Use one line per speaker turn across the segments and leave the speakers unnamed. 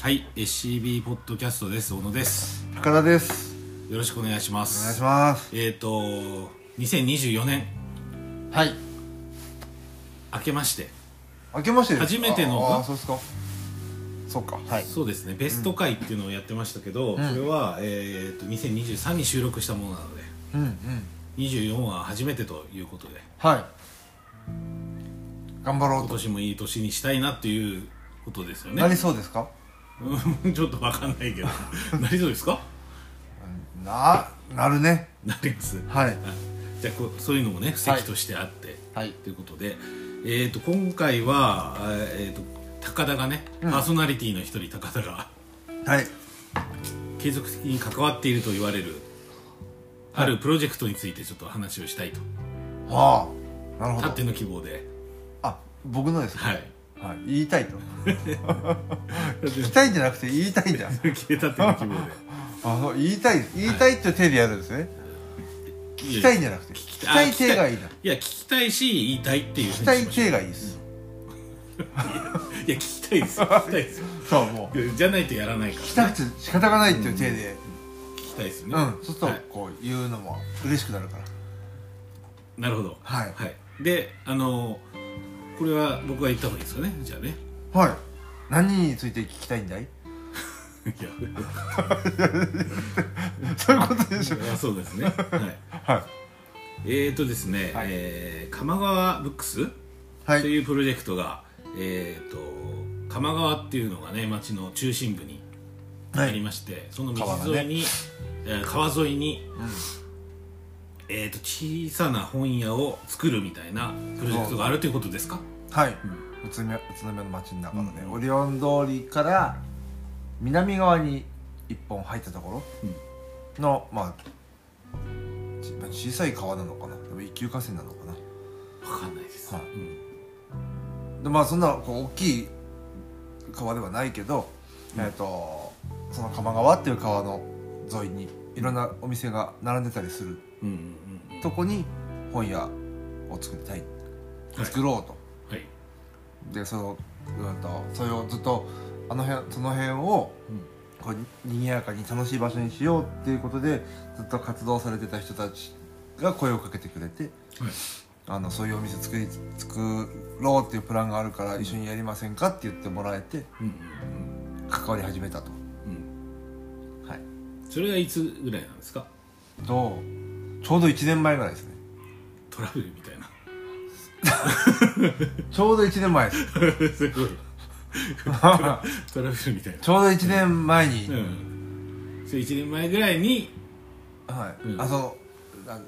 はい、SCB ポッドキャストです。小野です。
高田です
よろしくお願いしま
お願いし
す。
ます
えっ、と、2024年
はい
明けまして、
明けましてです
初めての
ああそうですかそうかはい
そうですね、ベスト回っていうのをやってましたけど、それは、えー、と2023に収録したものなので、
うんうん
24は初めてということで、
はい頑張ろう
今
と
年もいい年にしたいなっていうことですよ
なり
ね。
そうですか
うん ちょっとわかんない けど、なりそうですか
ななるね
なります。
はい
じゃあこうそういうのもね布石としてあって、
はい
ということで、えー、と今回は、あーえー、と高田がね、パーソナリティの一人高田が
はい
継続的に関わっていると言われる、あるプロジェクトについてちょっと話をしたいと
ああなるほ
たっ
ど
ての希望で
あ僕のですか
はい
はい言いたい と聞きたいんじゃなくて言いたいんだ
消えたっての希望で
あそう言いたい言いたいって手でやるんですね聞きたいんじゃなくて聞き
き
たい
あ
手がいいない
や聞きたいし言いたいっていう
聞きたい
しましょう
手がいいです
いや聞きたいですよ聞きたいですよ
そうもう
じゃないとやらないから、
聞
ね
き、たくて仕方がないっていう手で
聞きたいですよね、
うん、そうすると
はい
こう言うのも嬉しくなるから
なるほど
はい
はい、であのこれは僕が言った方がいいですかねじゃあね
はい何について聞きたいんだい
いや
そういうことでしょ
いやそうですね、はい、
は
えーとですね、
はい
えー鎌川ブックス
いは
と
い
いうプロジェクトが、えー、と鎌川っていうのがね町の中心部にありまして、その道沿いに川,、えー川沿いに、えー、と小さな本屋を作るみたいなプロジェクトがあるということですか
はい宇都宮宇都宮の街の中のね、オリオン通りから南側に一本入ったところの、まあちまあ小さい川なのかなでも一級河川なのかな
わかんないです、
はい
うん
でまあそんなこう大きい川ではないけど、えっとその鎌川っていう川の沿いにいろんなお店が並んでたりする
うんうんうん
とこに本屋を作りたい作ろうと、
はい、はい
でそのうんとそれをずっとあの辺その辺を
うん
こうにぎやかに楽しい場所にしようっていうことでずっと活動されてた人たちが声をかけてくれて
はい
あのそういうお店作り作ろうっていうプランがあるから一緒にやりませんかって言ってもらえて
うん
関わり始めたと
うんうんうん
はい
それがいつぐらいなんですか
とちょうど1年前ぐらい ですね
トラブルみたいな
ちょうど1年前です
す ごいトラブルみたいな
ちょうど1年前に、
うんそれ1年前ぐらいに
はい、
うん
あそのあう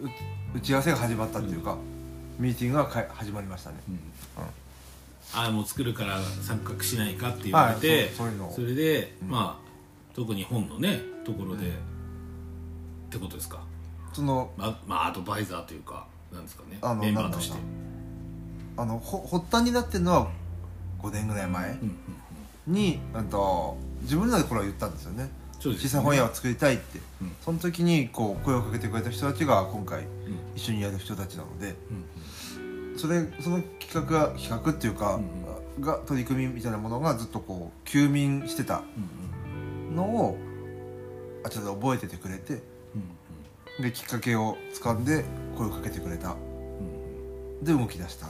打ち合わせが始まったっていうか、ミーティングがか始まりましたね
ああもう作るから参画しないかって言われて、
はいそうそういうのを
それで、まあ特に本のねところで、ってことですか
その
ままあアドバイザーというかなんですかね
あの
メンバーとして
なんだあのほ発端になってるのは5年ぐらい前
うんうん
に、うん、と自分らでこれは言ったんですよね
そうです
小
ね
さい本屋を作りたいって、
うん
その時にこう声をかけてくれた人たちが今回
うん
一緒にやる人たちなので
うん
それその企画が企画っていうか、が取り組みみたいなものがずっとこう休眠してた
うん
のをあちらで覚えててくれて
うん
できっかけを掴んで声をかけてくれた
うんうんうん
で動き出した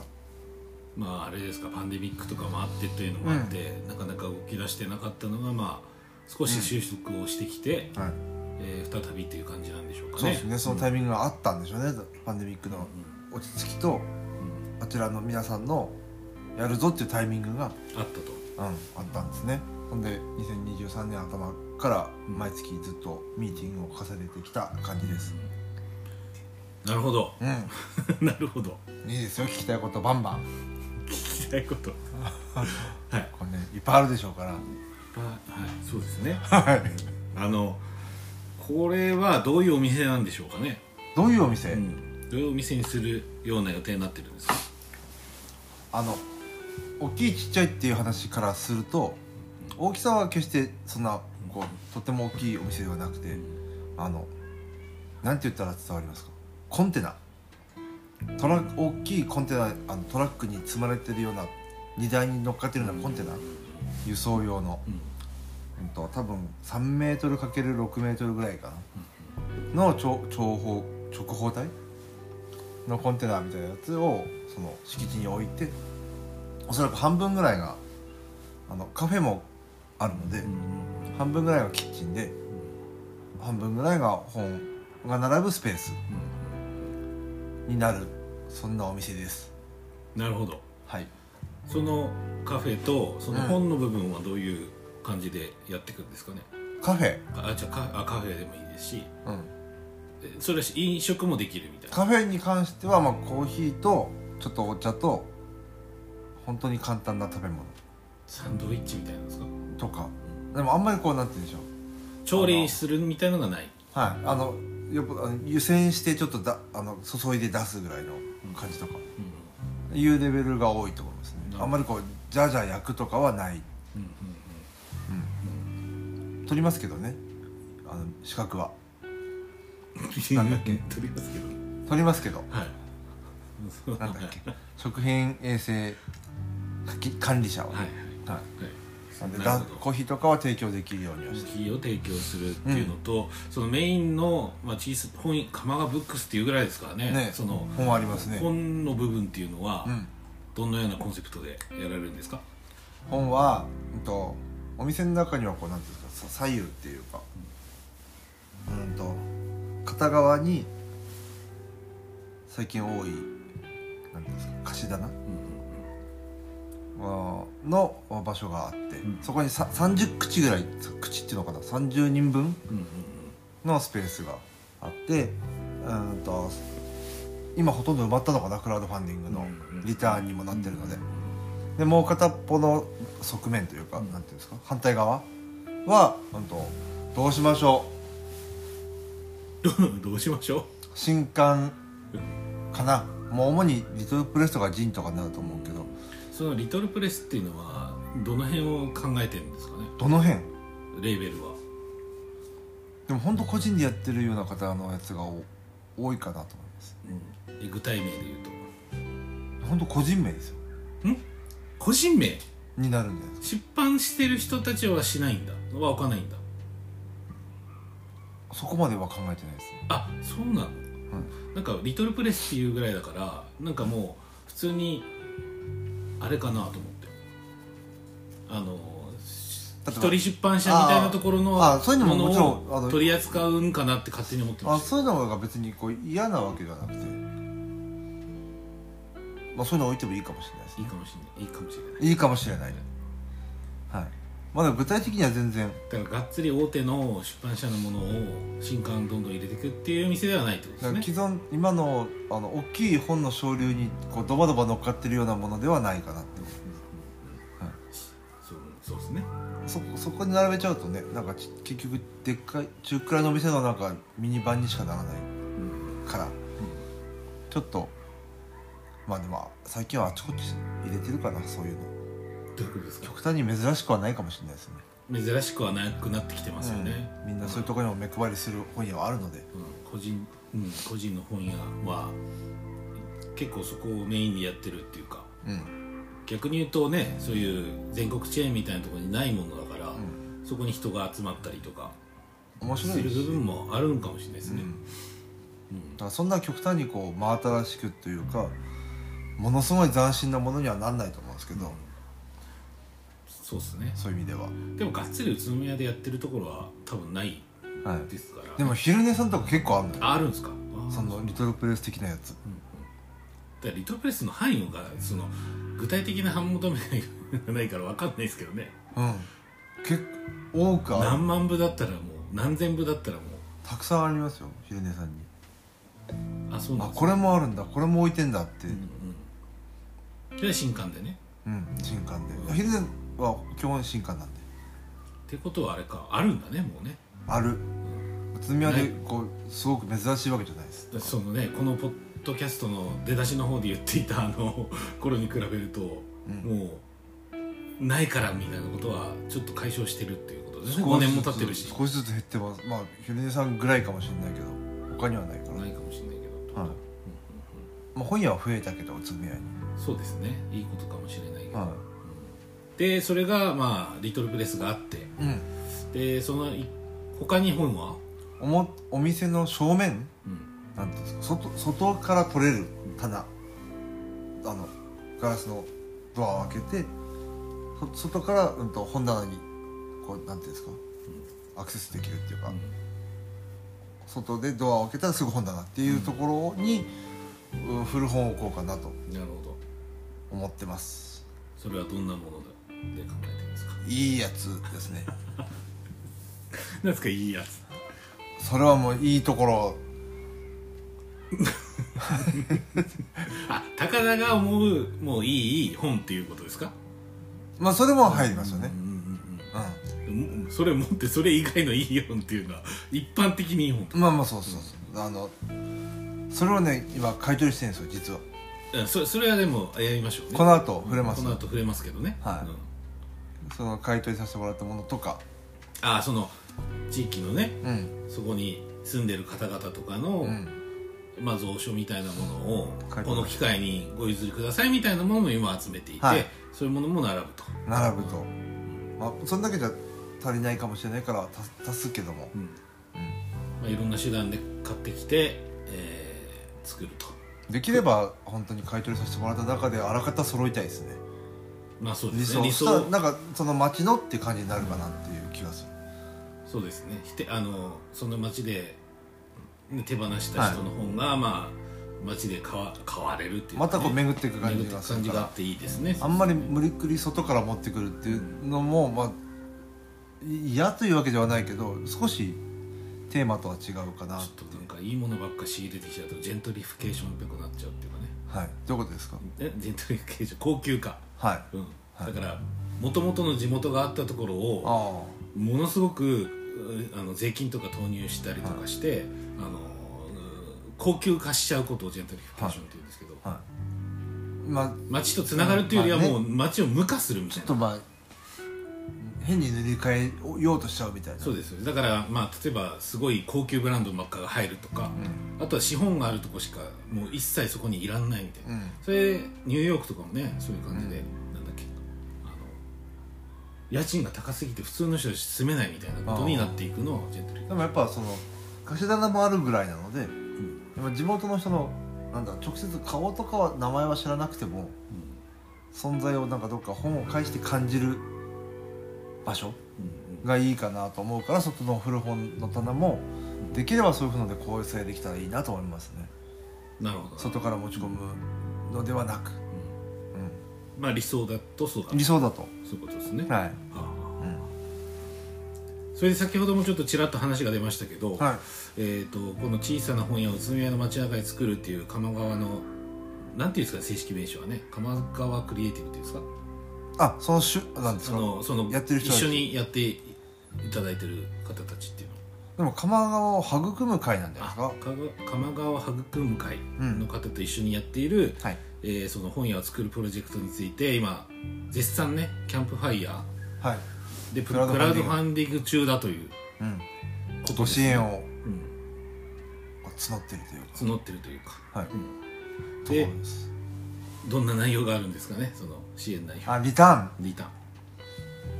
まああれですかパンデミックとかもあってというのもあって、なかなか動き出してなかったのがまあ少し収束をしてきて、
はい、
えー再びという感じなんでしょうかね。
そうですねそのタイミングがあったんでしょうね、パンデミックの
う
落ち着きと
んうん
あちらの皆さんのやるぞっていうタイミングが、
あったと。
うん、あったんですねほんで2023年頭から毎月ずっとミーティングを重ねてきた感じです
なるほど
う ん
なるほど
いいですよ聞きたいことバンバン
聞きたい こと。はい、
これねいっぱいあるでしょうから
あはい、そうですね。
はい
あのこれはどういうお店なんでしょうかね。
どういうお店、
うん、どういうお店にするような予定になってるんですか。
あの大きいちっちゃいっていう話からすると大きさは決してそんなこうとても大きいお店ではなくてあのなんて言ったら伝わりますかコンテナトラ大きいコンテナあのトラックに積まれてるような荷台に乗っかってるようなコンテナ輸送用の、
うん
うんと多分3メートルかける6メートルぐらいかなの長長方直方体のコンテナみたいなやつをその敷地に置いておそらく半分ぐらいがあのカフェもあるので、半分ぐらいがキッチンで半分ぐらいが本が並ぶスペースになるそんなお店です
なるほど
はい
そのカフェとその本の部分はどういう感じでやっていくんですかね、
カフェ、
あじゃあカあカフェでもいいですし
うん、
えそれは飲食もできるみたいな
カフェに関してはまあコーヒーとちょっとお茶と本当に簡単な食べ物
サンドイッチみたいなんですか
とかでもあんまりこうなんて言うんでしょ
調理するみたいのがない、
うはいあのよくあの湯煎してちょっとだあの注いで出すぐらいの感じとか
う
いうレベルが多いと思いますね
なるほど
あんまりこうジャージャー焼くとかはない、
んうん
うん、取りますけどねあの資格は
うん、
なんだっけ
取りますけど
取りますけど
はいそう
なんだっけ食品衛生かき管理者を、
はいはい
はいなんで
なる
だ
ほど
コーヒーとかは提供できるようには
コ
し
ー
て
ヒーを提供するっていうのと、そのメインの、まあ、小さ本釜がブックスっていうぐらいですからね
ね
その
本ありますね、
本の部分っていうのは、
うん、
どのようなコンセプトでやられるんですか、
本は、うん、とお店の中にはこうなんていうんですかさ左右っていうかうんと片側に最近多いなんていうんですか貸し棚あーの場所があって、
ん
そこにさ30口ぐらい口っていうのかな30人分
うんうん
のスペースがあってうんと今ほとんど埋まったのかなクラウドファンディングのリターンにもなってるので、でもう片っぽの側面というか、
うん
なんていうんですか反対側は、うん、とどうしましょ
うんうん、どうしましょ
う新刊かなもう主にリトルプレスとかジンとかになると思うけど
うそのリトルプレスっていうのはどの辺を考えてるんですかね
どの辺
レーベルは
でも本当個人でやってるような方のやつがお多いかなと思います
え具体名で言うと
本当個人名ですよ
個人名
になるんじゃないですか
出版してる人たちはしないんだは置かないんだ
そこまでは考えてないですね
あそうなの、なんかリトルプレスっていうぐらいだからなんかもう普通にあれかなと思ってあのし
例え
一
ば
人出版社みたいなところの
あーあーそういうのも
を
もちろんあの
取り扱うんかなって勝手に思ってま
あ
した
そういうのが別にこう嫌なわけじゃなくてまあそういうの置いてもいいかもしれないです
いい
ね
かもしれないいいかもしれない
いいかもしれないはいまだ具体的には全然
だからがっつり大手の出版社のものを新刊どんどん入れていくっていう店ではないってこと
だから
ですね
既存今のあの大きい本の省流にこうドバドバ乗っかってるようなものではないかなって思
そうそうですね
うそそこに並べちゃうとねなんかち結局でっかい中くらいのお店のなんかミニ版にしかならないから、ちょっとまあでも最近はあちこち入れてるかなそういうの
どういうことですか
極端に珍しくはないかもしれないですね
珍しくはなくなってきてますよね、
うんみんなそういうところにも目配りする本屋はあるので、
うん個人、うん、個人の本屋は結構そこをメインにやってるっていうか
うん
逆に言うとねそういう全国チェーンみたいなところにないものだから、
ん
そこに人が集まったりとか
面
す
白い
る
し
部分もあるんかもしれないですね、
だからそんな極端にこう真新しくというかものすごい斬新なものにはなんないと思うんですけど、
そうですね
そういう意味では、
でもがっつり宇都宮でやってるところは多分ない
はい、
ですから
でも昼寝さんとか結構あるのよ
ああるんですかあー
そのリトルプレス的なやつ
だからリトルプレスの範囲がその具体的な版求めがないから分かんないですけどね
うん結構多くある
何万部だったらもう何千部だったらも
たくさんありますよ昼寝さんに
うあそうなん
あ
です
これもあるんだこれも置いてんだってうん、
それは新刊でね
新刊で昼寝は基本新刊なんで
ってことはあれかあるんだねもうね
ある宇都宮
な
で
い
こうすごく珍しいわけじゃないです
そのねこのポッドキャストの出だしの方で言っていたあの 頃に比べると、
うん
もうないからみたいなことはちょっと解消してるっていうことでね
少
5
し
年も
ず
経
つ
ってるし
少しずつ減ってますまあ昼寝さんぐらいかもしれないけど他にはないから
ないかもしれないけど、
はいまあ、本屋は増えたけど宇都宮に、
そうですねいいことかもしれないけど、
は
でそれがまあリトルプレスがあって
いうん、
でそのい他日本は、
おもお店の正面
うん、
なんていうんですか外外から取れる棚あのガラスのドアを開けてそ外から、うん、と本棚にこうなんていうんですか、アクセスできるっていうか、
うん
外でドアを開けたらすぐ本棚っていうところに、うん古本を置こうかなと
なるほど
思ってます
それはどんなもので考えて ますか
いいやつですね
何ですかいいやつ
それはもういいところ
あ高田が思うもういい本っていうことですか
まあそれも入りますよね、
うんうん
う
うんもそれ持ってそれ以外のいい本っていうのは一般的にいい本
ん、まあまあそうそうそうあのそれをね今買い取りしてるんですよ実は
うんそそれはでもやりましょうね
この後触れます
この後触れますけどね
はい
うん
その買い取りさせてもらったものとか
あその地域のね
うん
そこに住んでる方々とかの、
うん
まあ、蔵書みたいなものを
はい
この機会にご譲りくださいみたいなものも今集めていて、
はい
そういうものも並ぶと、
並ぶと、まあ、そんだけじゃ足りないかもしれないから足足すけども
うんまあ、いろんな手段で買ってきて、えー作ると
できれば本当に買い取りさせてもらった中であらかた揃いたいですね
まあそうで
理
す
想
ね理
そしたら
想
なんかその街のって感じになるかなっていう気がする
そうですねしてあのその町でね手放した人の本が、まあ町で買わ買われるっていうかね、
またこう巡っていく感
巡っ
じ
て
が
く
する
感じ
か
があ
ら
っていいですね
あんまり無理くり外から持ってくるっていうのもまあ嫌というわけではないけど少しテーマとは違うかな
ちょっとなんかいいものばっか仕入れてきちゃうとジェントリフィケーションっぽくなっちゃうっていうかね
はいどういうことですか
えジェントリフィケーション高級化、
はいあ
うん
はい
だからもともとの地元があったところを
あ
ものすごくうあの税金とか投入したりとかして、あのう高級化しちゃうことをジェントリフィケーションっていうんですけど、
はいまあ
町とつながるっていうよりは
ま
も
あね
う町を無化するみた
ち
い
ょっ
な、
とまあ変に塗り替えようとしちゃうみたいな
そうですよだからまあ例えばすごい高級ブランドばっかが入るとか、あとは資本があるとこしかもう一切そこにいらんないみたいな、
うん
それニューヨークとかもねそういう感じで、なんだっけあの家賃が高すぎて普通の人は住めないみたいなことになっていくのをジェントリー
でもやっぱその貸し棚もあるぐらいなので、
ん
やっぱ地元の人のなんだ直接顔とかは名前は知らなくても存在をなんかどっか本を介して感じる場所がいいかなと思うから外の古本の棚もできればそういうふうので構成できたらいいなと思いますね
なるほど、
外から持ち込むのではなく、
まあ理想だとそうだ
うん、理想だと
そういうことですね、
はい、
あ
うん
あそれで先ほどもちょっとちらっと話が出ましたけど、
はい
えー、とこの小さな本屋を宇都宮の街中に作るっていう鴨川のなんていうんですか正式名称はね鴨川クリエイティブっていうんですか
あその種なんです
そ
か
のその
やってる人たち
一緒にやっていただいてる方たちっていうの
でも釜川を育む会なんじゃない
あ
ですか
かが鎌川育む会の方と一緒にやっている、
はい
えーその本屋を作るプロジェクトについて今絶賛ねキャンプファイヤ
はい、
ーでプ
ク
ク
ラ
ラ
ウドファンディング
ウドファンディング中だという
うん、
こと
ご
です
支援を
うん
募ってるという
募ってるというか、
か、はい
うん
とこ
で
ろです
どんな内容があるんですかねその支援内容
あリターン
リタ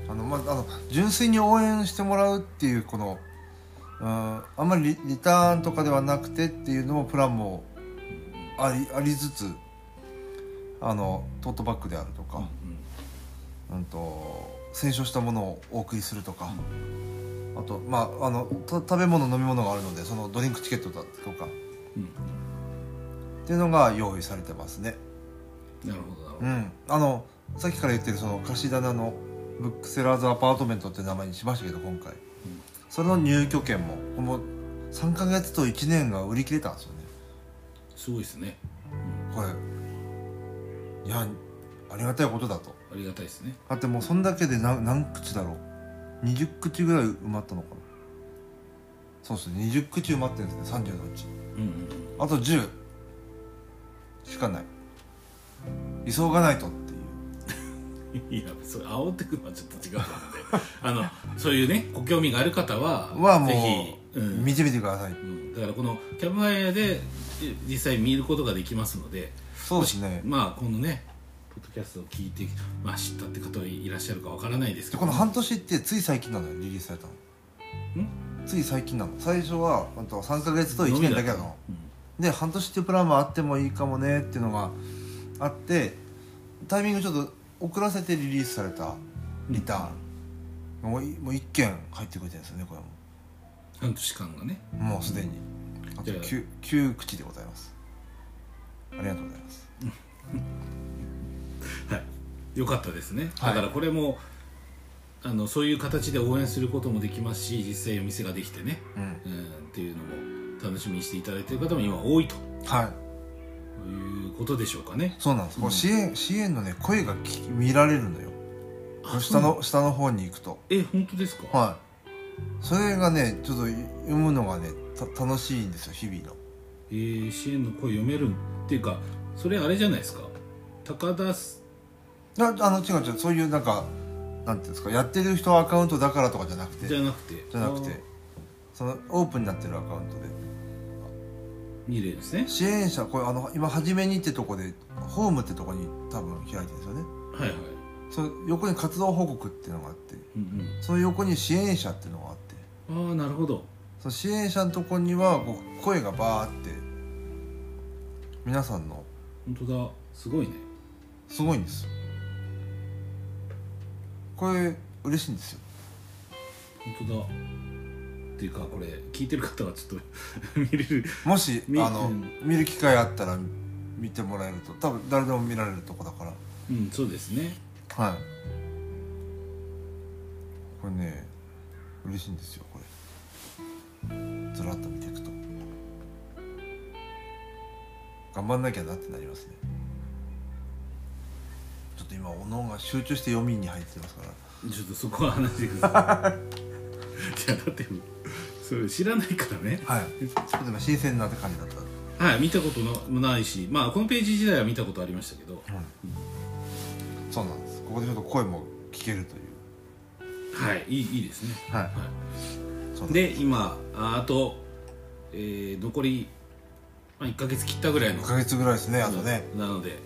ーン
あの、まあ、あの純粋に応援してもらうっていうこのうんあんまりリリターンとかではなくてっていうのもプランもありありつつあのトートバッグであるとか、うんと選書したものをお送りするとか、あとまああのた食べ物飲み物があるのでそのドリンクチケットだとか
うん
っていうのが用意されてますね。
うんなるほどなるほ
う
ど、
ん、あのさっきから言ってるその貸し棚のブックセラーズアパートメントって名前にしましたけど今回、それの入居権ももう3ヶ月と1年が売り切れたんですよね
すごいですね
これいやありがたいことだと
ありがたいですね
だってもうそんだけで何何口だろう20口ぐらい埋まったのかなそうですね20口埋まってるんですね30のうち
うんうんうん
あと10しかない急がないとってい
い
う
やそれ煽ってくのはちょっと違うのであのそういうねご興味がある方は
はも
ぜひ、
う
うん
見てみてください
うんだからこのキャブファイヤーでえ実際見ることができますので
そうですね
まあこのねポッドキャストを聞いて、まあ、知ったって方はいらっしゃるかわからないですけど
でこの半年ってつい最近なのよリリースされたのつい最近なの最初は本当3か月と1年だけなの
うん
で半年っていうプランもあってもいいかもねっていうのがあってタイミングちょっと遅らせてリリースされたリターンもういもう1件入ってくれてるんですよねこれも
半年間がね
もうすでにあと
じゃあ
9, 9口でございますありがとうございます
はい、よかったですね、
はい
だからこれもあのそういう形で応援することもできますし実際お店ができてね、
うん
うん、っていうのも楽しみにしていただいている方も今多いと
はい
いうことでしょうかね
そうなんです、こう支援支援のね声が聞き見られるのよ
あそ
下
う
の下の方に行くと
え本当ですか、
はいそれがねちょっと読むのがねた楽しいんですよ日々の
えー支援の声読めるっていうかそれあれじゃないですか高田す
なあの違う違うそういうなんかなんていうんですかやってる人アカウントだからとかじゃなくて
じ
じ
ゃなくて
ゃなくてそのオープンになってるアカウントで
2例ですね
支援者これあの今初めにってとこでホームってとこに多分開いてるんですよね
はいはい、
その横に活動報告っていうのがあって
うん
その横に支援者っていうのがあって
うん、ああなるほど
その支援者のとこにはこう声がバーって皆さんの
本当だすごいね
すごいんですよこれ嬉しいんですよ
本当だっていうかこれ聞いてる方はちょっと 見れる
もしあ
み
の
うん
見る機会あったら見てもらえると多分誰でも見られるとこだから
うんそうですね
はいこれね嬉しいんですよこれずらっと見ていくと頑張んなきゃなってなりますねちょっと今おのが集中して読みに入ってますから
ちょっとそこは話してくださ いいやだってそれ知らないからね
はいちょっと今新鮮な感じだった
はい見たこともないしまあこのページ自体は見たことありましたけど
そうなんですここでちょっと声も聞けるという
はいいいいいですね
はい
は
そう
い、で今ああと、えー残り、まあ、1か月切ったぐらいの
1か月ぐらいですねあとね
なので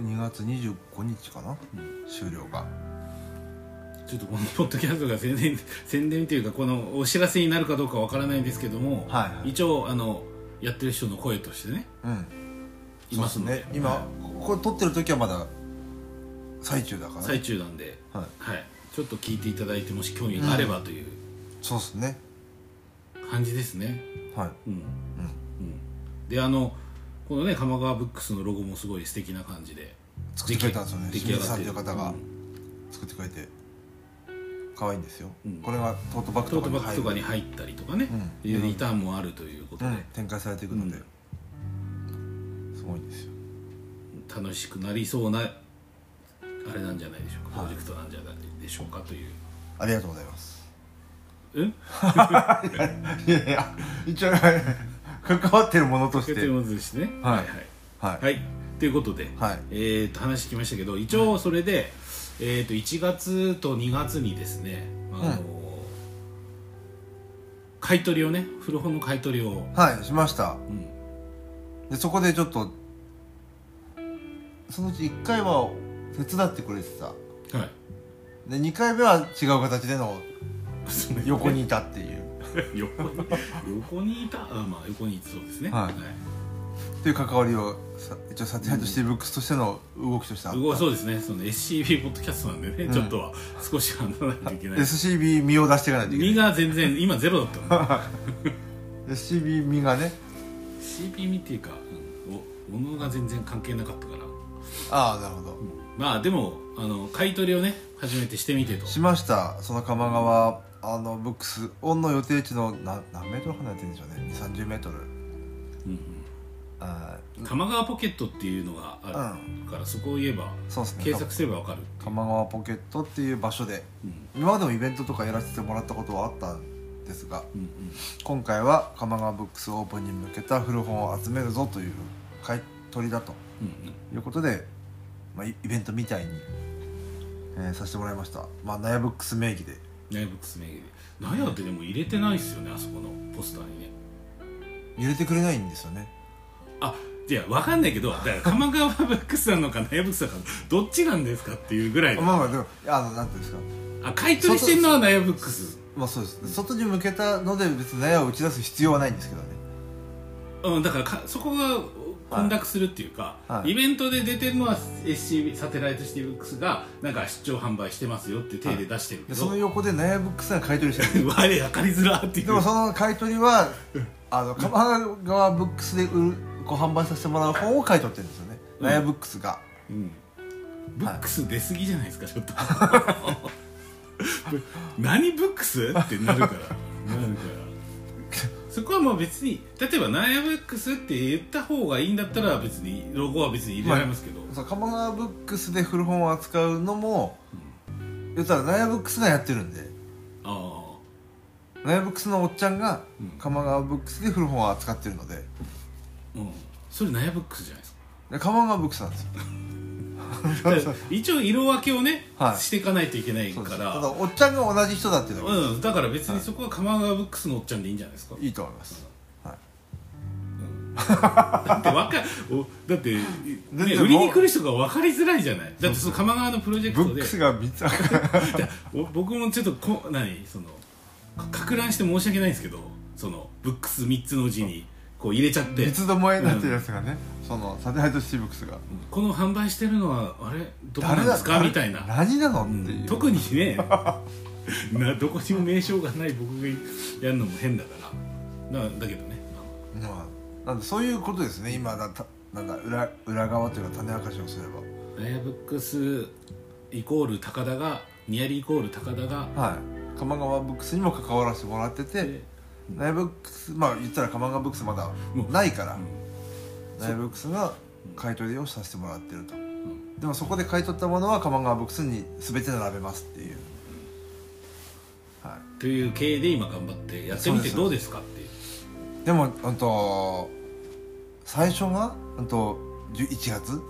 2月25日かな、終了が
ちょっとこのポッドキャストが宣伝 宣伝というかこのお知らせになるかどうかわからないんですけども、
はいはい
一応あのやってる人の声としてね
うん
います
そう
ので
ですね今、
は
これ撮ってる時はまだ最中だか
い
ら
最中なんで、
はい
はい、ちょっと聞いていただいてもし興味があればという
そうですね
感じですね、
はい
うんうん、であのこのね鎌川ブックスのロゴもすごい素敵な感じで
作ってくれたんですよね
出来
清水さんと
出
いう
来上がってる
方が
うん
作ってくれて可愛いんですよ、
うん
これがトートバッグ
ト
と
ー
か
ト
に
バッグと
入る
かに入ったりとかね、
うん
いうリターンもあるということ
う
で、
ん、展開されていくので、すごいんですよ
楽しくなりそうなあれなんじゃないでしょうか、
は
プロジ
い
ェクトなんじゃないでしょうかという
ありがとうござい ます
うん
いやいや一応関わってるものとして
月曜日ですね
はい
はい
はい
はいということで、
はい
えー、と話してきましたけど一応それで、えー、と1月と2月にですね、あのー
うん
買い取りをね古本の買い取りを、
はいしました
うん
でそこでちょっとそのうち1回は手伝ってくれてた
はい
で2回目は違う形での
そうですね
横にいたっていう
横に横にいたあまあ横にいたそうですね
はいっていう関わりをさ一応サテライトシティブックスとしての動きとしてあった、
僕はそうですねその SCB ポッドキャストなんでね、
うん
ちょっとは少し離れないといけない
SCB 身を出していかないといけ
身
ない
が全然今ゼロだったの
SCB 身がね
CP 見っていうか、うん、おおのが全然関係なかったから
ああなるほど
まあでもあの買い取りをね初めてしてみてと
しましたその鎌川あのブックスオンの予定地のな何メートル離れてるんでしょうね2 3 0メートル
うん
あ
うん玉川ポケットっていうのがあるから、そこを言えば
ーそうですね
検索すればわかる、
鎌川ポケットっていう場所で
うん
今までもイベントとかやらせてもらったことはあったんですが
うん
今回は鎌川ブックスオープンに向けた古本を集めるぞという買い取りだと
うん
いうことで、まあ、イイベントみたいに、えーさせてもらいましたまあナヤブックス名義で
ナイブックス名義でナヤってでも入れてないっすよねあそこのポスターにね
入れてくれないんですよね
あいやわかんない けどだから鎌川ブックスなのか納屋ブックスなのかどっちなんですかっていうぐらい
まあまあでもあのなんていうんですか
あ買い取りしてんのは納屋ブックス
まあそうです、外に向けたので別に悩を打ち出す必要はないんですけどね
うん、だからかそこが混濁するっていうか、
はい
イベントで出てるのは SC サテライトシティブックスがなんか出張販売してますよって手で出してるけ
で
ど、
その横で悩ブックスが買い取りして る
我分かりづらっていう
でもその買い取りはあの鎌川ブックスで売るご販売させてもらう方を買い取ってるんですよね、
うん
悩ブックスが
うんブックス出過ぎじゃないですかちょっと ぶ何ブックスってなるからなるからそこはもう別に例えば「ナイアブックス」って言った方がいいんだったら別にロゴは別に入れられますけど、
そう鎌川ブックスで古本を扱うのも、言ったら悩ブックスがやってるんで
あ
悩ブックスのおっちゃんが
うん
鎌川ブックスで古本を扱ってるので
あうんそれナイアブックスじゃないですか
で鎌川ブックスなんですよ そうそう
一応色分けをね、
はい
していかないといけない
そうで
か
すただ
ら
おっちゃんが同じ人だっていうだけで
うん、だから別にそこは鎌川ブックスのおっちゃんでいいんじゃないですか、
いいと思います、はい、
だってわかおだって、ね、
全然もう
売りに来る人が分かりづらいじゃないだってその鎌川のプロジェ
ブ
クト
ッ
で
クスが3つは
だからお僕もちょっとこ何そのかか乱して申し訳ないんですけどそのブックス3つのうちにこう入れちゃって
三つどもえになってるやつがね、そのサテライトシティブックスが
この販売してるのはあれどこなんですか
誰
みたいな
何なのっていう、
特にね などこにも名称がない僕がやるのも変だからなだけどね
まあなんでそういうことですね今だたなんだ裏裏側というか種明かしをすれ
ライアブックスイコール高田がニアリーイコール高田が
ばはい鎌川ブックスにも関わらせてもらってて
で
ナイブックスまあ言ったら鎌川ブックスまだ
もう
ないから
ん
ナイブックスが買い取りをさせてもらってると、でもそこで買い取ったものは鎌川ブックスに全て並べますっていう、はい
という経営で今頑張ってやってみてどうですかっていう
でもうんと最初がうんと11月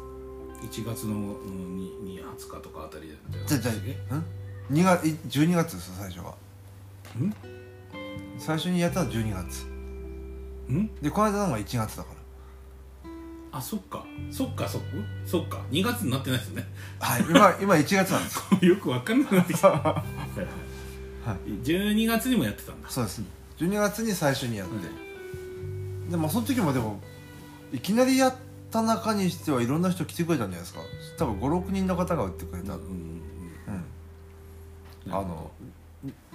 1月のうんにに20日とかあたりだった
じゃ
よ
じゃん2月い12月ですよ最初は
ん
最初にやったのは12月
ん
でこの間のが1月だか
あそっかそっかそっかそっか2月になってないですよね
らはい今 今1月なんです
よく分かんなくなってきた、はいはい、12月にもやってたんだ、
そうです12月に最初にやって、でもその時もでもいきなりやった中にしてはいろんな人来てくれたんじゃないですか多分56人の方が売ってくれた
う
うん
んうん
あの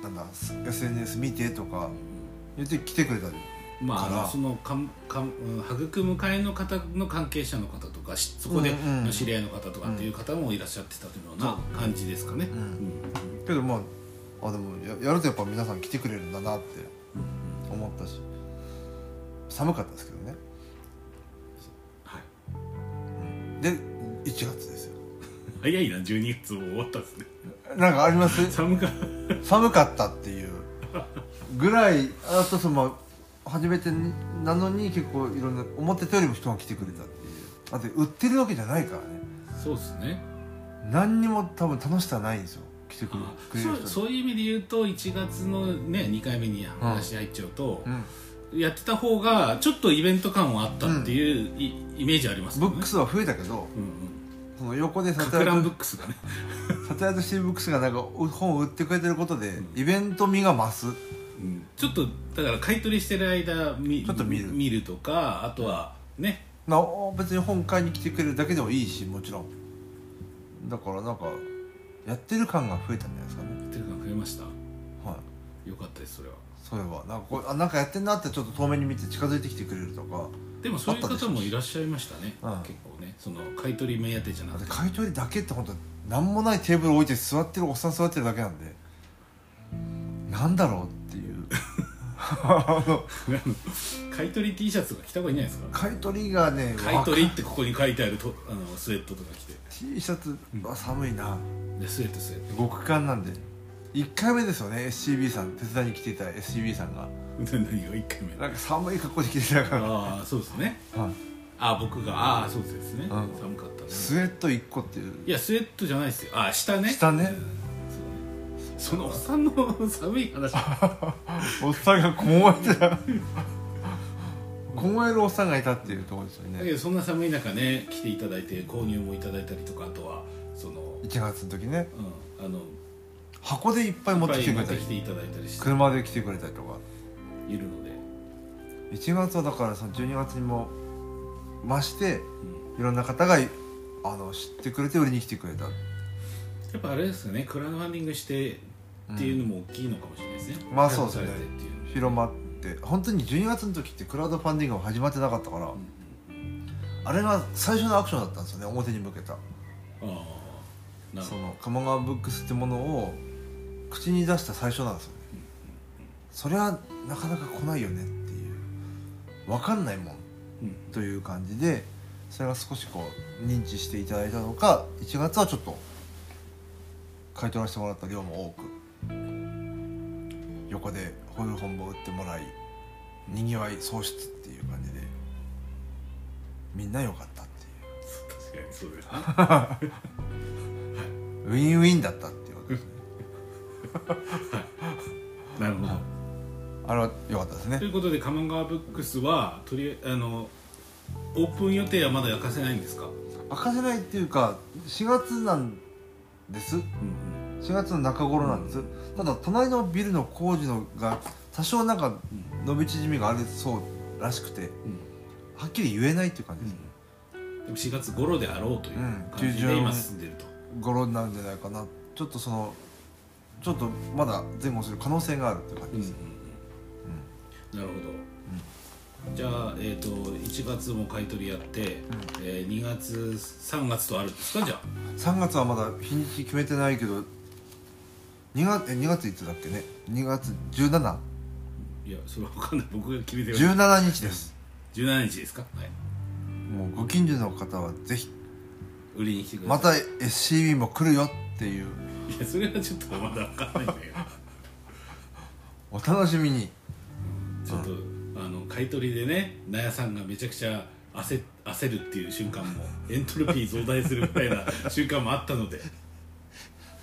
なんだ SNS 見てとか言って来てくれたり
まあ、あ
から
のそのかんかん、うん、育む会の方の関係者の方とかしそこで
うんうん
知り合いの方とかっていう方もいらっしゃってたというよう
そ
な
うだ
感じですかね、
うん
うん
けどまああでもややるとやっぱ皆さん来てくれるんだなって思ったし寒かったですけどね
はい、
で1月ですよ
早いな12月も終わったんです ね
なんかありま す
寒か
寒かったっていうぐらいあとその初めてなのに結構いろんな思ってたよりも人が来てくれたっていうだって売ってるわけじゃないからね
そうですね
何にも多分楽しさないんですよ来てくれ
あ
くれる人
そう
に
そういう意味で言うと1月のね2回目に話入っちゃうと
う、ん、
やってた方がちょっとイベント感はあったっていうい、イメージあります
ブ
よ
ックスは増えたけど
うんうん
その横でサ
か
テ
く
ラ
ら
イ
ん
ト
ブックスがね
サテライトシティブックスがなんか本を売ってくれてることで、
うん
イベント味が増す
ちょっとだから買い取りしてる間み
ちょっと見る
とかあとはね
なお別に本買いに来てくれるだけでもいいしもちろんだからなんかやってる感が増えたんじゃないですかね
っていうのが増えました
はい
よかったですそれは
そういえばなんかこうあなんかやってんなってちょっと遠目に見て近づいてきてくれるとか
でもそういう
あったでし
方
ょ
もいらっしゃいましたね、
うん
結構ねその買い取り目当てじゃな
だっ
く
て
て
買い取りだけって本当何もないテーブル置いて座ってるおっさん座ってるだけなんでなんだろうっていう あの
買い取り T シャツとか着た方がいいんじゃないですか
買い取りがね
買い取り
わ
ってここに書いてあるとあのスウェットとか着て
か T シャツは寒いな
でスウェットスウェット
極寒なんで1回目ですよね SCB さん手伝いに来ていた SCB さんが
何が1回目
なんか寒い格好で来てたから
ああそうですね
はい
ああ僕がああそうですね、
うん
寒かったね
スウェット1個っていう
いやスウェットじゃないですよああ下ね
下ね
そうそのおっ さんの寒い話
おっさんがこうやってた凍えるおっさんがいたっていうところですよ
だけ
ね
どそんな寒い中ね来ていただいて購入もいただいたりとかあとはその、
1月の時ね
うん、あの
箱でいっぱい持ってきてくれた
いっぱい持って
り
きていただいたりして
車で来てくれたりとか
いるので、
1月はだからその12月にも増して
うん
いろんな方があの知ってくれて売りに来てくれた
やっぱあれですよねクラウドファンディングしてっていうのも大きいのかもしれないですね、
まあそうですね
逮捕されてっていうの
広まって本当に12月の時ってクラウドファンディングも始まってなかったから、あれが最初のアクションだったんですよね表に向けた
ああなる
そ
ほど
の鴨川ブックスってものを口に出した最初なんですよねそれはなかなか来ないよねっていう分かんないもん
うん
という感じでそれが少しこう認知していただいたのか1月はちょっと買い取らせてもらった量も多く横でホイール本も売ってもらいにぎわい喪失っていう感じでみんな良かったって
確かにそうですね
いうウィンウィンだったっていうこ とですね
なるほど
あれは良かったですね
ということで鴨川ブックスはとりあえあのオープン予定はまだ明かせないんですか、
明かせないっていうか4月なんです
うん
4月の中頃なんです、ただ隣のビルの工事のが多少なんか伸び縮みがあるそうらしくて
うん
はっきり言えないっていう感じです、
でも4月頃であろうという
うん
感じ
90
で今進んでいると、
頃になるんじゃないかなちょっとそのちょっとまだ前後する可能性があるっていう感じです、
なるほど、じゃあ、えー、と1月も買い取りやって、えー2月3月とあるんですかじゃあ
3月はまだ日にち決めてないけど2月え2月いつだっけね2月1717
いやそれは分かんない僕が決めてる
日です
17日ですか、はい、
もうご近所の方はぜひ
売りに来てくだ
ま
さ
た
い
SCB も来るよっていう
いやそれはちょっとまだ分かんないんだけど
お楽しみに
ちょっと、あの買い取りでね納屋さんがめちゃくちゃ焦焦るっていう瞬間もエントロピー増大するみたいな 瞬間もあったので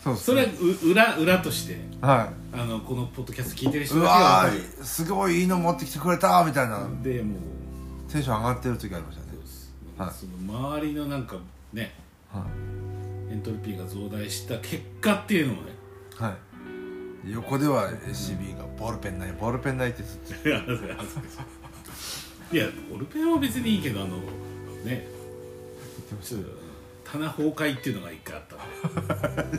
そうです
それはう裏裏として
は
あのこのポッドキャスト聞いてる
い
人
う
だけがわ
わ
かる
ーすごいいいの持ってきてくれたみたいな
でもう
テンション上がってる時ありましたね
そうです
はい
その周りのなんかね
は
エントロピーが増大した結果っていうのもね
い、はい、横では SCB がボールペンないボールペンないってずっ
いや恥ずかしいいやオルペンは別にいいけどあのねちょっと棚崩壊っていうのが一回あ ったんで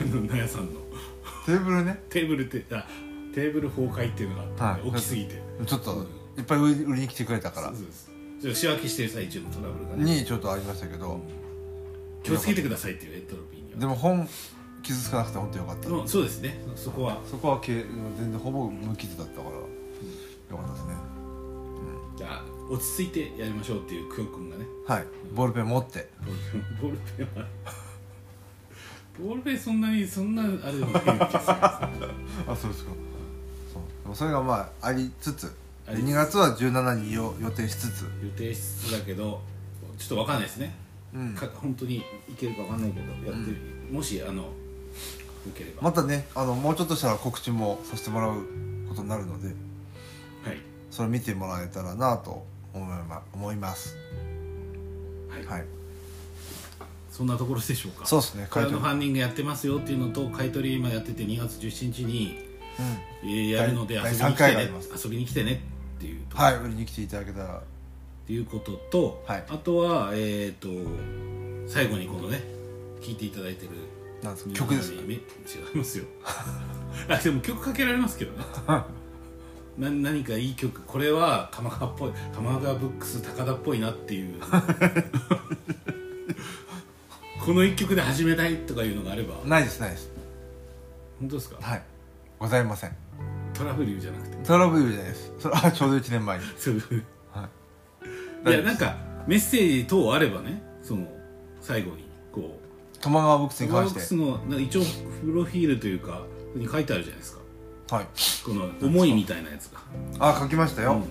あの納屋さんの
とテーブルね
テーブルってあテーブル崩壊っていうのがあったんで、
はい
大きすぎて
ちょっといっぱい売り売りに来てくれたから
そうですちょっと仕分けしてる最中のトラブルがね
にちょっとありましたけど
気をつけてくださいっていうエントロピーには
でも本傷つかなくて本当よかった
うんそうですねそこは
そこはけ全然ほぼ無傷だったからよかったですね
じゃあ落ち着いてやりましょうっていうクヨ君がね
はいボールペン持って
ボールペンボールペンはボールペンそんなにそんなあれでもないんですよ
あそうですかそうでもそれがまあありつつ
ありつつ
2月は17日を予定しつつ
予定しつつだけどちょっとわかんないですね、
うん
か本当にいけるかわかんないけどやってみもしあのよければ、
またねあのもうちょっとしたら告知もさせてもらうことになるので
はい
それ見てもらえたらなと思いま思います
はい、
はい
そんなところでしょうか
そうですね
ク
書
ラウ
いて
ド
る
ファンディングやってますよっていうのと買い取り今やってて2月17日にえーやるので遊
第
びに
第
来
三回
て
があ
ね
ります
遊びに来てねっていうと,、
はい売りに来ていただけたら
っていうことと、
はい
あとはえっ、と最後にこのね聞いていただいてる
なんですか曲です
ね
ね
違いますよ あでも曲かけられますけど ねな何かいい曲これは鎌川っぽい鎌川ブックス高田っぽいなっていう この一曲で始めたいとかいうのがあれば
ないですないです
本当ですか
はいございません
トラフリューじゃなくて
トラブルじゃないですそれあちょうど1年前に
そう いう
はい
いやなんかメッセージ等あればねその最後にこう
玉川ブックスに
ワ
関
ー
し
ク
て
スのなんか一応プロフィールというかに書いてあるじゃないですか
はい
この思いみたいなやつが、
あ書きましたよ、
うん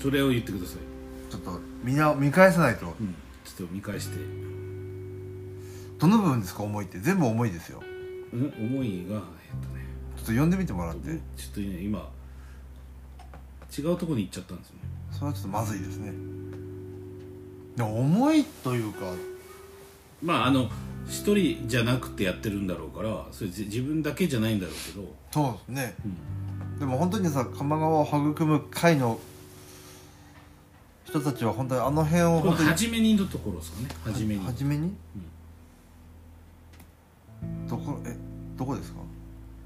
それを言ってください
ちょっとみんな見返さないと
うん、ちょっと見返して、
どの部分ですか思いって全部思いですよ
うん、思いがえっとね
ちょっと読んでみてもらって
ちょっとね今違うところに行っちゃったんですよね
そうそれはちょっとまずいですねでも重いというか
まああの一人じゃなくてやってるんだろうからそれじ自分だけじゃないんだろうけど、
そうですね
うん
でも本当にさ鎌川を育む会の人たちは本当にあの辺を
この
本当に
初めにのところですかね初めに
初めに、どこえどこですか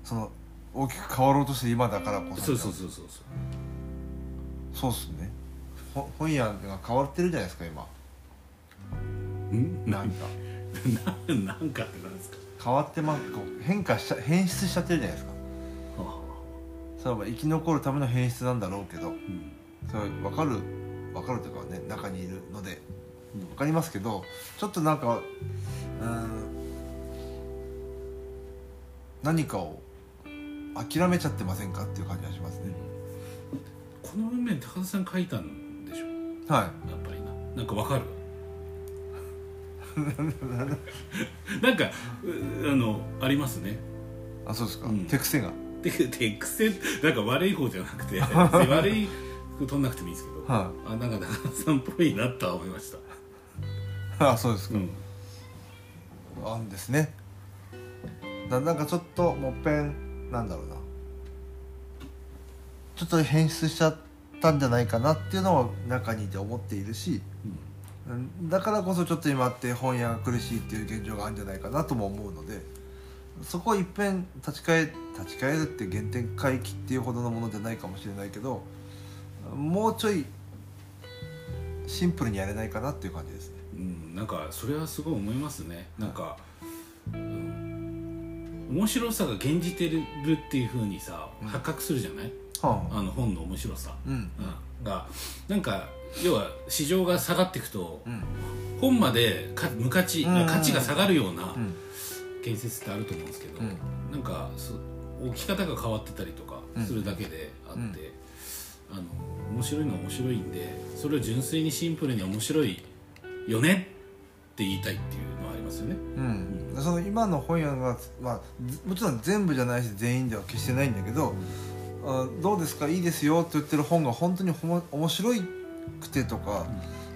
その大きく変わろうとして今だからこそ
そうそうそうそうそう
そうっすねほ本屋が変わってるじゃないですか今
ん
な
なん ん
か
ななんかってなんですか、
変わってますこう変化しちゃ変質しちゃってるじゃないですか
は
それはまあ生き残るための変質なんだろうけど
あうん
それは分かる分かるというかね中にいるので分かりますけどちょっとなんかうーん何かを諦めちゃってませんかっていう感じがしますね
この文面高田さん書いたんでしょ
は
やっぱりななんかわかる なんかうあのありますね
いあそうですか、
うん
手癖が
て手癖なんか悪い方じゃなくて悪い取んなくてもいいですけど、
は
あなんか高田さんっぽいなとは思いました、
あそうですか、
うん、
あんですねだなんかちょっともっぺんなんだろうなちょっと変質しちゃったんじゃないかなっていうのは中にいて思っているしうんだからこそちょっと今って本屋が苦しいっていう現状があるんじゃないかなとも思うのでそこをいっぺん立ち返立ち返るって原点回帰っていうほどのものじゃないかもしれないけどもうちょいシンプルにやれないかなっていう感じですね。
うん、なんかそれはすごい思いますねなんか、うん、面白さが現じてるっていうふうにさ
うん
発覚するじゃない、
はあ、
あの本の面白さ、
うん
うん、がなんか要は市場が下がっていくと
うん
本までか無価値、
うん
価値が下がるような
うん
建設ってあると思うんですけど、
うん
なんかそ置き方が変わってたりとかするだけであって、
うんうん
あの面白いのは面白いんでそれを純粋にシンプルに面白いよねって言いたいっていうのはありますよね。
うん、その今の本屋が、まあ、ずもちろん全部じゃないし全員では決してないんだけど、あどうですかいいですよって言ってる本が本当にほも面白くてとか、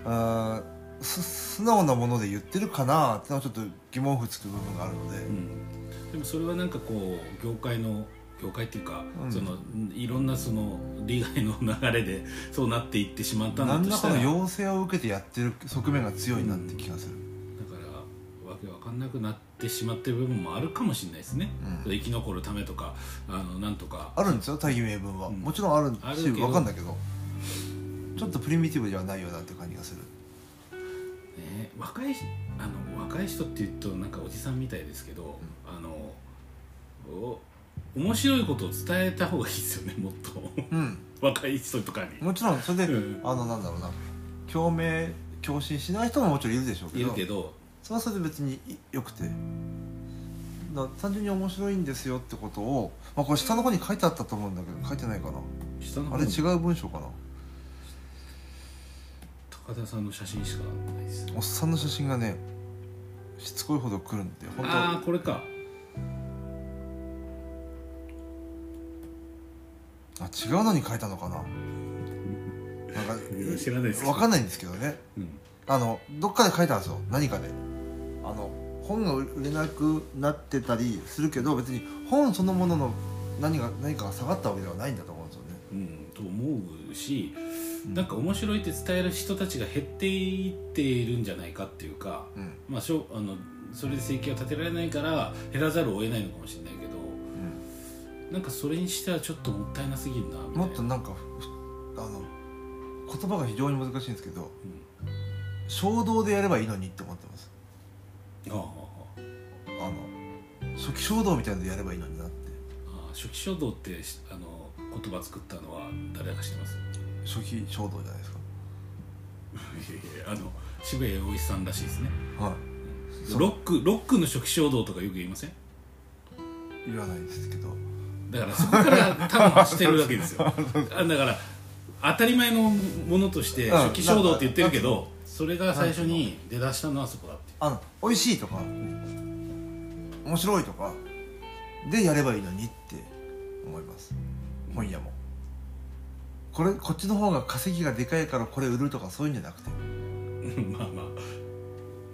あす素直なもので言ってるかなってのはちょっと疑問符つく部分があるので、
うん、でもそれはなんかこう業界の業界っていうか、
うん
そのいろんなその利害の流れでそうなっていってしまったんだ
何
と
ら
した
からの
だか
要請を受けてやってる側面が強いなって気がする、
らわけわかんなくなってしまってる部分もあるかもしれないですね、
うん
生き残るためとかあのなんとか
あるんですよ大義名分は、
うん
もちろんある
ある
し
けど
分かんだけどちょっとプリミティブではないよなって感じがする
ね、若いあの若い人って言うとなんかおじさんみたいですけど、あのお面白いことを伝えた方がいいですよね もっと
うん
若い人とかに。
もちろんそれで、
うん
あのなんだろうな共鳴共振しない人ももちろんいるでしょうけ
い
ど
るけど、
それはそれで別によくてだ単純に面白いんですよってことを、まあ、これ下の方に書いてあったと思うんだけど書いてないかな
下の方
あれ
に
違う文章かな
高田さんの写真しかないです。
おっさんの写真がねしつこいほど来るんで本
ああ、これか。
当あ違うのに書いたのかななんか
知らないですけど
わかんないんですけどね
うん。
あのどっかで書いたんですよ何かであの本が売れなくなってたりするけど別に本そのものの何が何かが下がったわけではないんだと思うんですよね
うん、と思うし、
うん
なんか面白いって伝える人たちが減っていっているんじゃないかっていうか、
うん
まあ、しょあのそれで生計を立てられないから減らざるを得ないのかもしれないけどなんかそれにしてはちょっともったいなすぎるなみ
う
たい
ん、
な
もっとなんかふあの言葉が非常に難しいんですけど衝動でやればいいのにって思ってます
うん、ああ
あの初期衝動みたいなのでやればいいのになって
ああ初期衝動ってしあの言葉作ったのは誰が知ってます
初期衝動じゃないです
いやいやあの渋谷陽一さんらしいですね
かはいそう
ロックロックの初期衝動とかよく言いません
言わないですけど
だからそこから多分走ってるわけです よあだから当たり前のものとして
うん
初期衝動って言ってるけどそれが最初に出だしたのはそこだって
あの美味しいとか面白いとかでやればいいのにって思います本屋もこれこっちの方が稼ぎがでかいからこれ売るとかそういうんじゃなくて、
まあまあ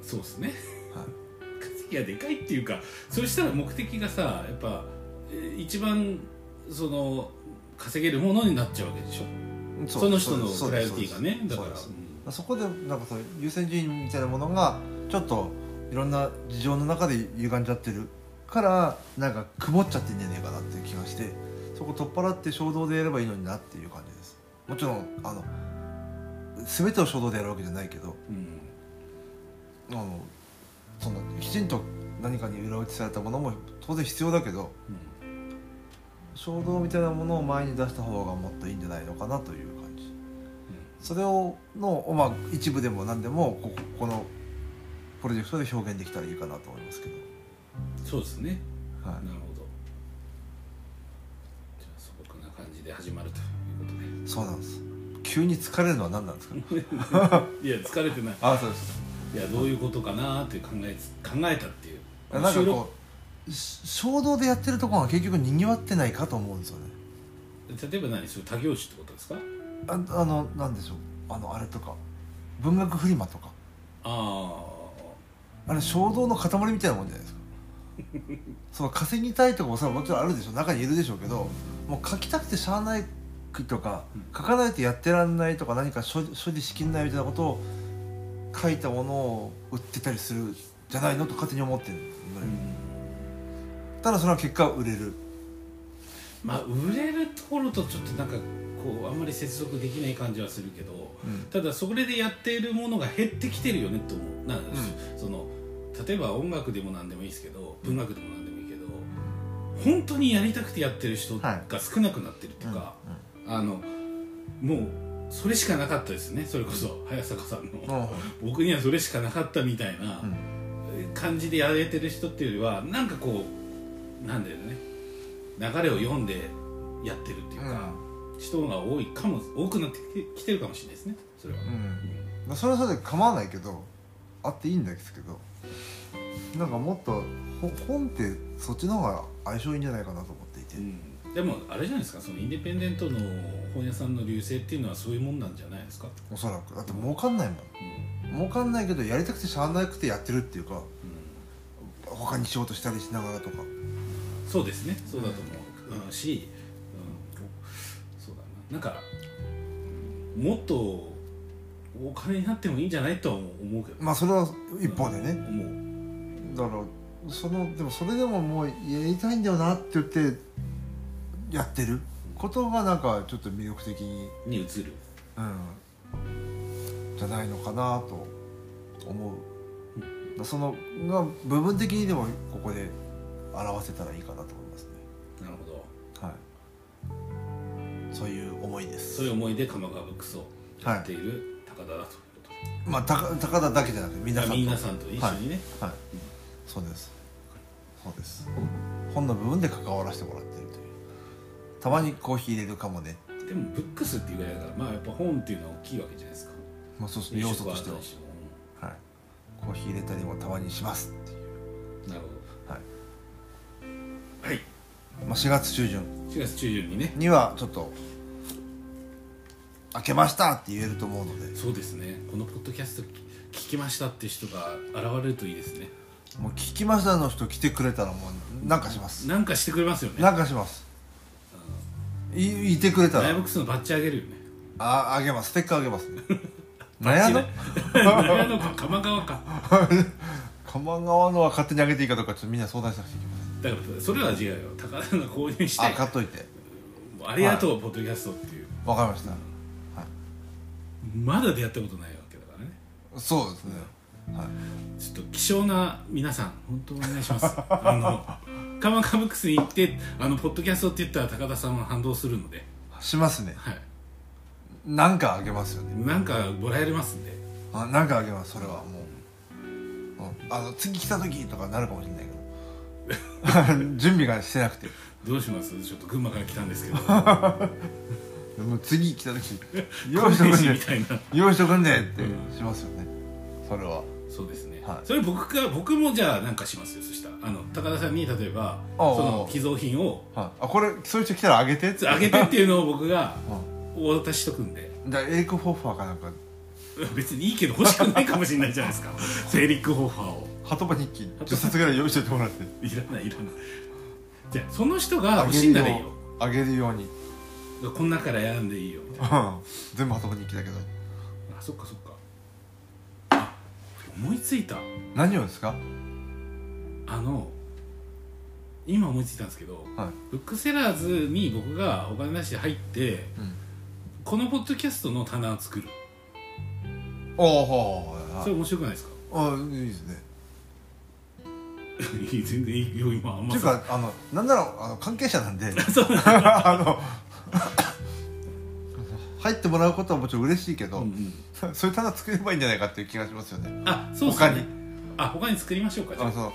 そうですね
はい、
稼ぎがでかいっていうかそしたら目的がさやっぱえー一番その稼げるものになっちゃうわけでしょその人のプライオリティがねだから
そこでなんかそういう優先順位みたいなものがちょっといろんな事情の中で歪んじゃってるからなんか曇っちゃってんじゃねえかなっていう気がしてそこ取っ払って衝動でやればいいのになっていう感じですもちろんあの全てを衝動でやるわけじゃないけど
うんうん
あのそのきちんと何かに裏打ちされたものも当然必要だけど
うん
衝動みたいなものを前に出した方がもっといいんじゃないのかなという感じそれをの、まあ、一部でも何でもこここのプロジェクトで表現できたらいいかなと思いますけど、
そうですね
は
ないるほどじゃあ素朴な感じで始まるということで
そうなんです急に疲れるのは何なんですか
いや疲れてない
あそうです
いやどういうことかなーって考えつ考えたっていう
なんか
収録
こうし衝動でやってるところが結局にぎわってないかと思うんですよね
例えば何それ他業種ってことですか
ああのなんでしょうあのあれとか文学フリマとか
あ
あれ衝動の塊みたいなもんじゃないですかそう稼ぎたいとかもさもちろんあるでしょ中にいるでしょうけどもう書きたくてしゃあないとか
うん
書かないとやってらんないとか何か所所持しきんないみたいなことを書いたものを売ってたりするじゃないのと勝手に思ってる
あ、う
のよ、
ん、
ただそれは結果売れる
まあ売れるところとちょっとなんかこうあんまり接続できない感じはするけど
うん
ただそれでやっているものが減ってきてるよねと思うなんかその例えば音楽でも何でもいいですけど文学でも何でもいいけど本当にやりたくてやってる人が少なくなってるとか、あのもうそれしかなかったですねそれこそ早坂さん
う
の
ん
僕にはそれしかなかったみたいな
うん
感じでやれてる人っていうよりはなんかこうなんだよね流れを読んでやってるっていうか、人が多いかも多くなってきてるかもしれないですねそれは、
うんうんそれはそれで構わないけどあっていいんですけどなんかもっとほ本ってそっちの方が相性いいんじゃないかなと思っていて、
でもあれじゃないですかそのインディペンデントの本屋さんの流星っていうのはそういうもんなんじゃないですか、
おそらくだって儲かんないもん
うん
儲かんないけどやりたくてしゃあなくてやってるっていうか
う
他に仕事したりしながらとか
んそうですねそうだと思う、うん、し、うん、そうだななんかうんもっとお金になってもいいんじゃないとは思うけど、
まあそれは一方でね、
思う
だからそのでもそれでももうやりたいんだよなって言ってやってることがなんかちょっと魅力的に
に移る
うんじゃないのかなと思う、だそのが部分的にでもここで表せたらいいかなと思いますね
なるほど
はいそういう思いです
そういう思いで鎌川ブックスをやっている高田だということで、
まあたか高田だけじゃなくて皆さんと
みんなさんと一緒にね、
はいそうですそうです本の部分で関わらせてもらってるというたまにコーヒー入れるかもね
でもブックスっていうぐらいだからまあやっぱ本っていうのは大きいわけじゃないですか
まあそうですね要素としては
飲食あった
はいコーヒー入れたりもたまにしますっていう
りしてもなる
はい、
ほどはい
まあ、4月中旬
4月中旬にね
にはちょっと「開けました!」って言えると思うので
そうですねこのポッドキャスト聞きましたって人が現れるといいですね
もう「聞きました」の人来てくれたらもうなんかします
なんかしてくれますよね
なんかしますいいてくれた
ライブッ
ら
クスのバッジあげるよね
ああげますステッカーあげますね悩む
長野か鎌川か
鎌川のは勝手にあげていいかどうかちょっとみんな相談しなくていけま
だからそれは違うよ高田が購入し
せんあ
て
買っといて
もうありがとう、ポッドキャストっていう
わかりました
まだ出会ったことないわけだからね
そうですねはい
ちょっと希少な皆さん本当お願いします あの鎌川ブックスに行ってあのポッドキャストって言ったら高田さんは反動するので、
しますね
はい、
なんかあげますよね
なんかもらえますんで
あなんかあげますそれはもう、うん、あの次来た時とかなるかもしれないけど 準備がしてなくて
どうしますちょっと群馬から来たんですけど
もう次来た 時 用
コ
意
ン
しと
ペ
くん
シみ
で
たいな
用意しとくんでって
う
しますよね、それは
そうですね、
はい
それ僕が僕もじゃあなんかしますよそしたらあの高田さんに例えば
ああ
その寄贈品を
はいあこれそういう人来たらあげてっ
あげてっていうのを僕が
うん
お渡ししとくんで
だからエリック・フォッファーかなんか
別にいいけど欲しくないかもしれないじゃないですかセーリック・ホッファーを
ハトバ日記10冊ぐらい用意しててもらって
いらないいらないじゃあその人が欲しいならいいよ
あげるように
この中から選んでいいよみたい
うん全部ハトバ日記だけど
なあそっかそっかあ思いついた
何をですか
あの今思いついたんですけど、
はい
ブックセラーズに僕がお金なしで入って
うん
このポッドキャストの棚を作る
お
それ面白くないですか
あいいですね
いい全然いいよ今あん
っ
ま
ていう
さ
かあのなんならあの関係者 なんで
そう
あの 入ってもらうことはもちろん嬉しいけど、
うんうん
それただ作ればいいんじゃないかっていう気がしますよね
あそうっす
他
ね
に
あ他に作りましょうかじゃ
あの
あ
その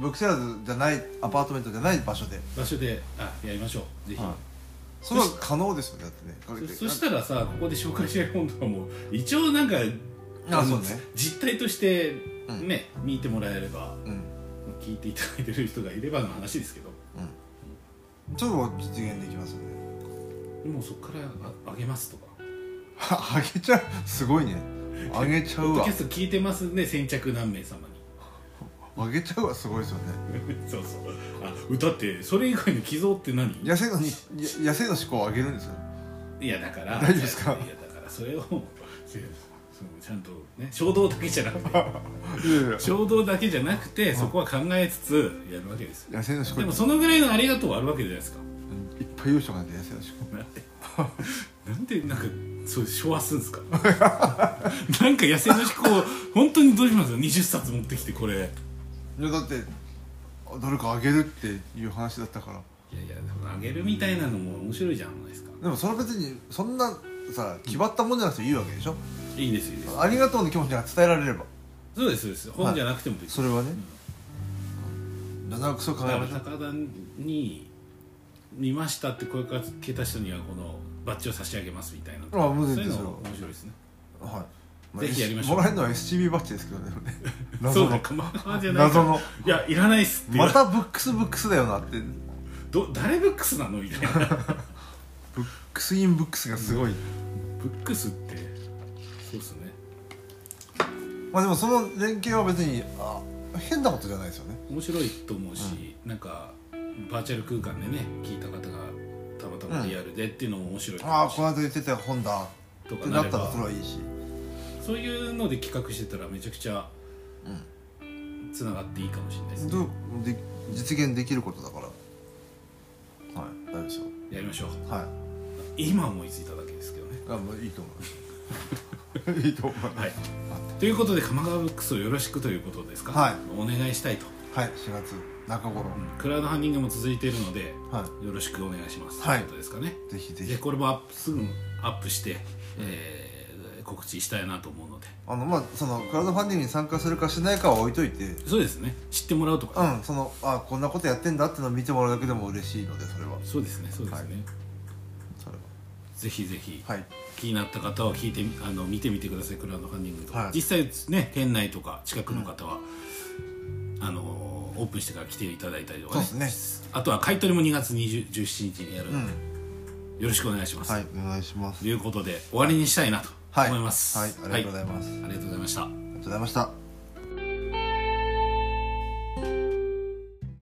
ブックセラーズじゃないアパートメントじゃない場所で、
場所であやりましょうぜひ、
それは可能ですよねだってねこれ
そそしたらさここで紹介したい本とかも一応なんか
あ
の
そうね
実態として
うん
ね、見てもらえれば
うん
聞いていただいてる人がいればの話ですけど
ちょっと実現できますよね
でもそこからああげますとか
あげちゃうすごいねあげち
「ポ
ゃ
ッ
う
ド
わ
キャスト聞いてますね先着何名様に
あげちゃうわすごいですよね」
そうそうあ歌ってそれ以外の寄贈って何
野生のにや野生の思考をあげるんですよ
いやだから
大丈夫ですか
いやだからそれをせそのちゃんとね衝動だけじゃなくて
いやい や
衝動だけじゃなくてそこは考えつつやるわけですよ
野生の思考
で
に
もそのぐらいのありがとうはあるわけじゃない ですか
いっぱい用意しとかないと野生の思考
なんでなんでなんかそう昭和するんですか なんか野生の思考本当にどうしますよ20冊持ってきてこれいやい
いやだってあ誰かあげるっていう話だったから
やでもあげるみたいなのも面白いじゃないですか
でもそれは別にそんなさ決まったもんじゃなくていいわけでしょ、
いいですいいです
ありがとうの気持ちが伝えられれば
そうですそうです本じゃなくても別
それはね、七くそ考
だか
え
ら
ましょう
高田に見ましたって声かけた人にはこのバッジを差し上げますみたいな
あ無理
そうい
で
う
す
の
よ
面白いですね
はいあ
ぜひやりましょう
もらえるのは SCB バッジですけ どねでもね
そ
謎
うだ
の
鎌川じゃないか
謎
ら
の
いやいらないっすって言わ
またブックスブックスだよなって
ど誰ブックスなのみたいな
ブックスインブックスがすごい、
ブックスってそうっすね
まあでもその連携は別にあ変なことじゃないですよね
面白いと思うし、なんかバーチャル空間でね聞いた方がたまたまリアルでっていうのも面白いと
ああ
思
この間言ってた本だっ
うしと
て
かな
な
れ
ったら
ば
それはいいし
そういうので企画してたらめちゃくちゃつながっていいかもしれないですね
どうで実現できることだからはい大丈夫ですよ
やりましょう
はい
今思いついただけですけどね
あ もういいと思いますいいと思います
はいということで鎌川ブックスをよろしくということですか
はい
お願いしたいと、
はい4月中頃、
うんクラウドファンディングも続いているので
は
よろしくお願いします、
は
とい
い
うことですかね
いぜひぜ
で
ひ
これもアップすぐアップして、えー告知したいなと思うので
あのまあそのクラウドファンディングに参加するかしないかは置いといて
そうですね知ってもらうとか
う
ね、
んそのあこんなことやってんだってのを見てもらうだけでも嬉しいのでそれは
そうですねそうですね、
それ
ぜひぜひ
ははい
気になった方は聞いてみあの見てみてくださいクラウドファンディングとか、
はい
実際ね県内とか近くの方は、あのオープンしてから来ていただいたりとか、
そうです
あとは買い取りも2月20 17日にやる
う
ので、
ん
よろしくお願いします、
はいお願いします
ということで終わりにしたいなと
はい
思います、
はいありがとうございます、
はいありがとうございました
ありがとうございました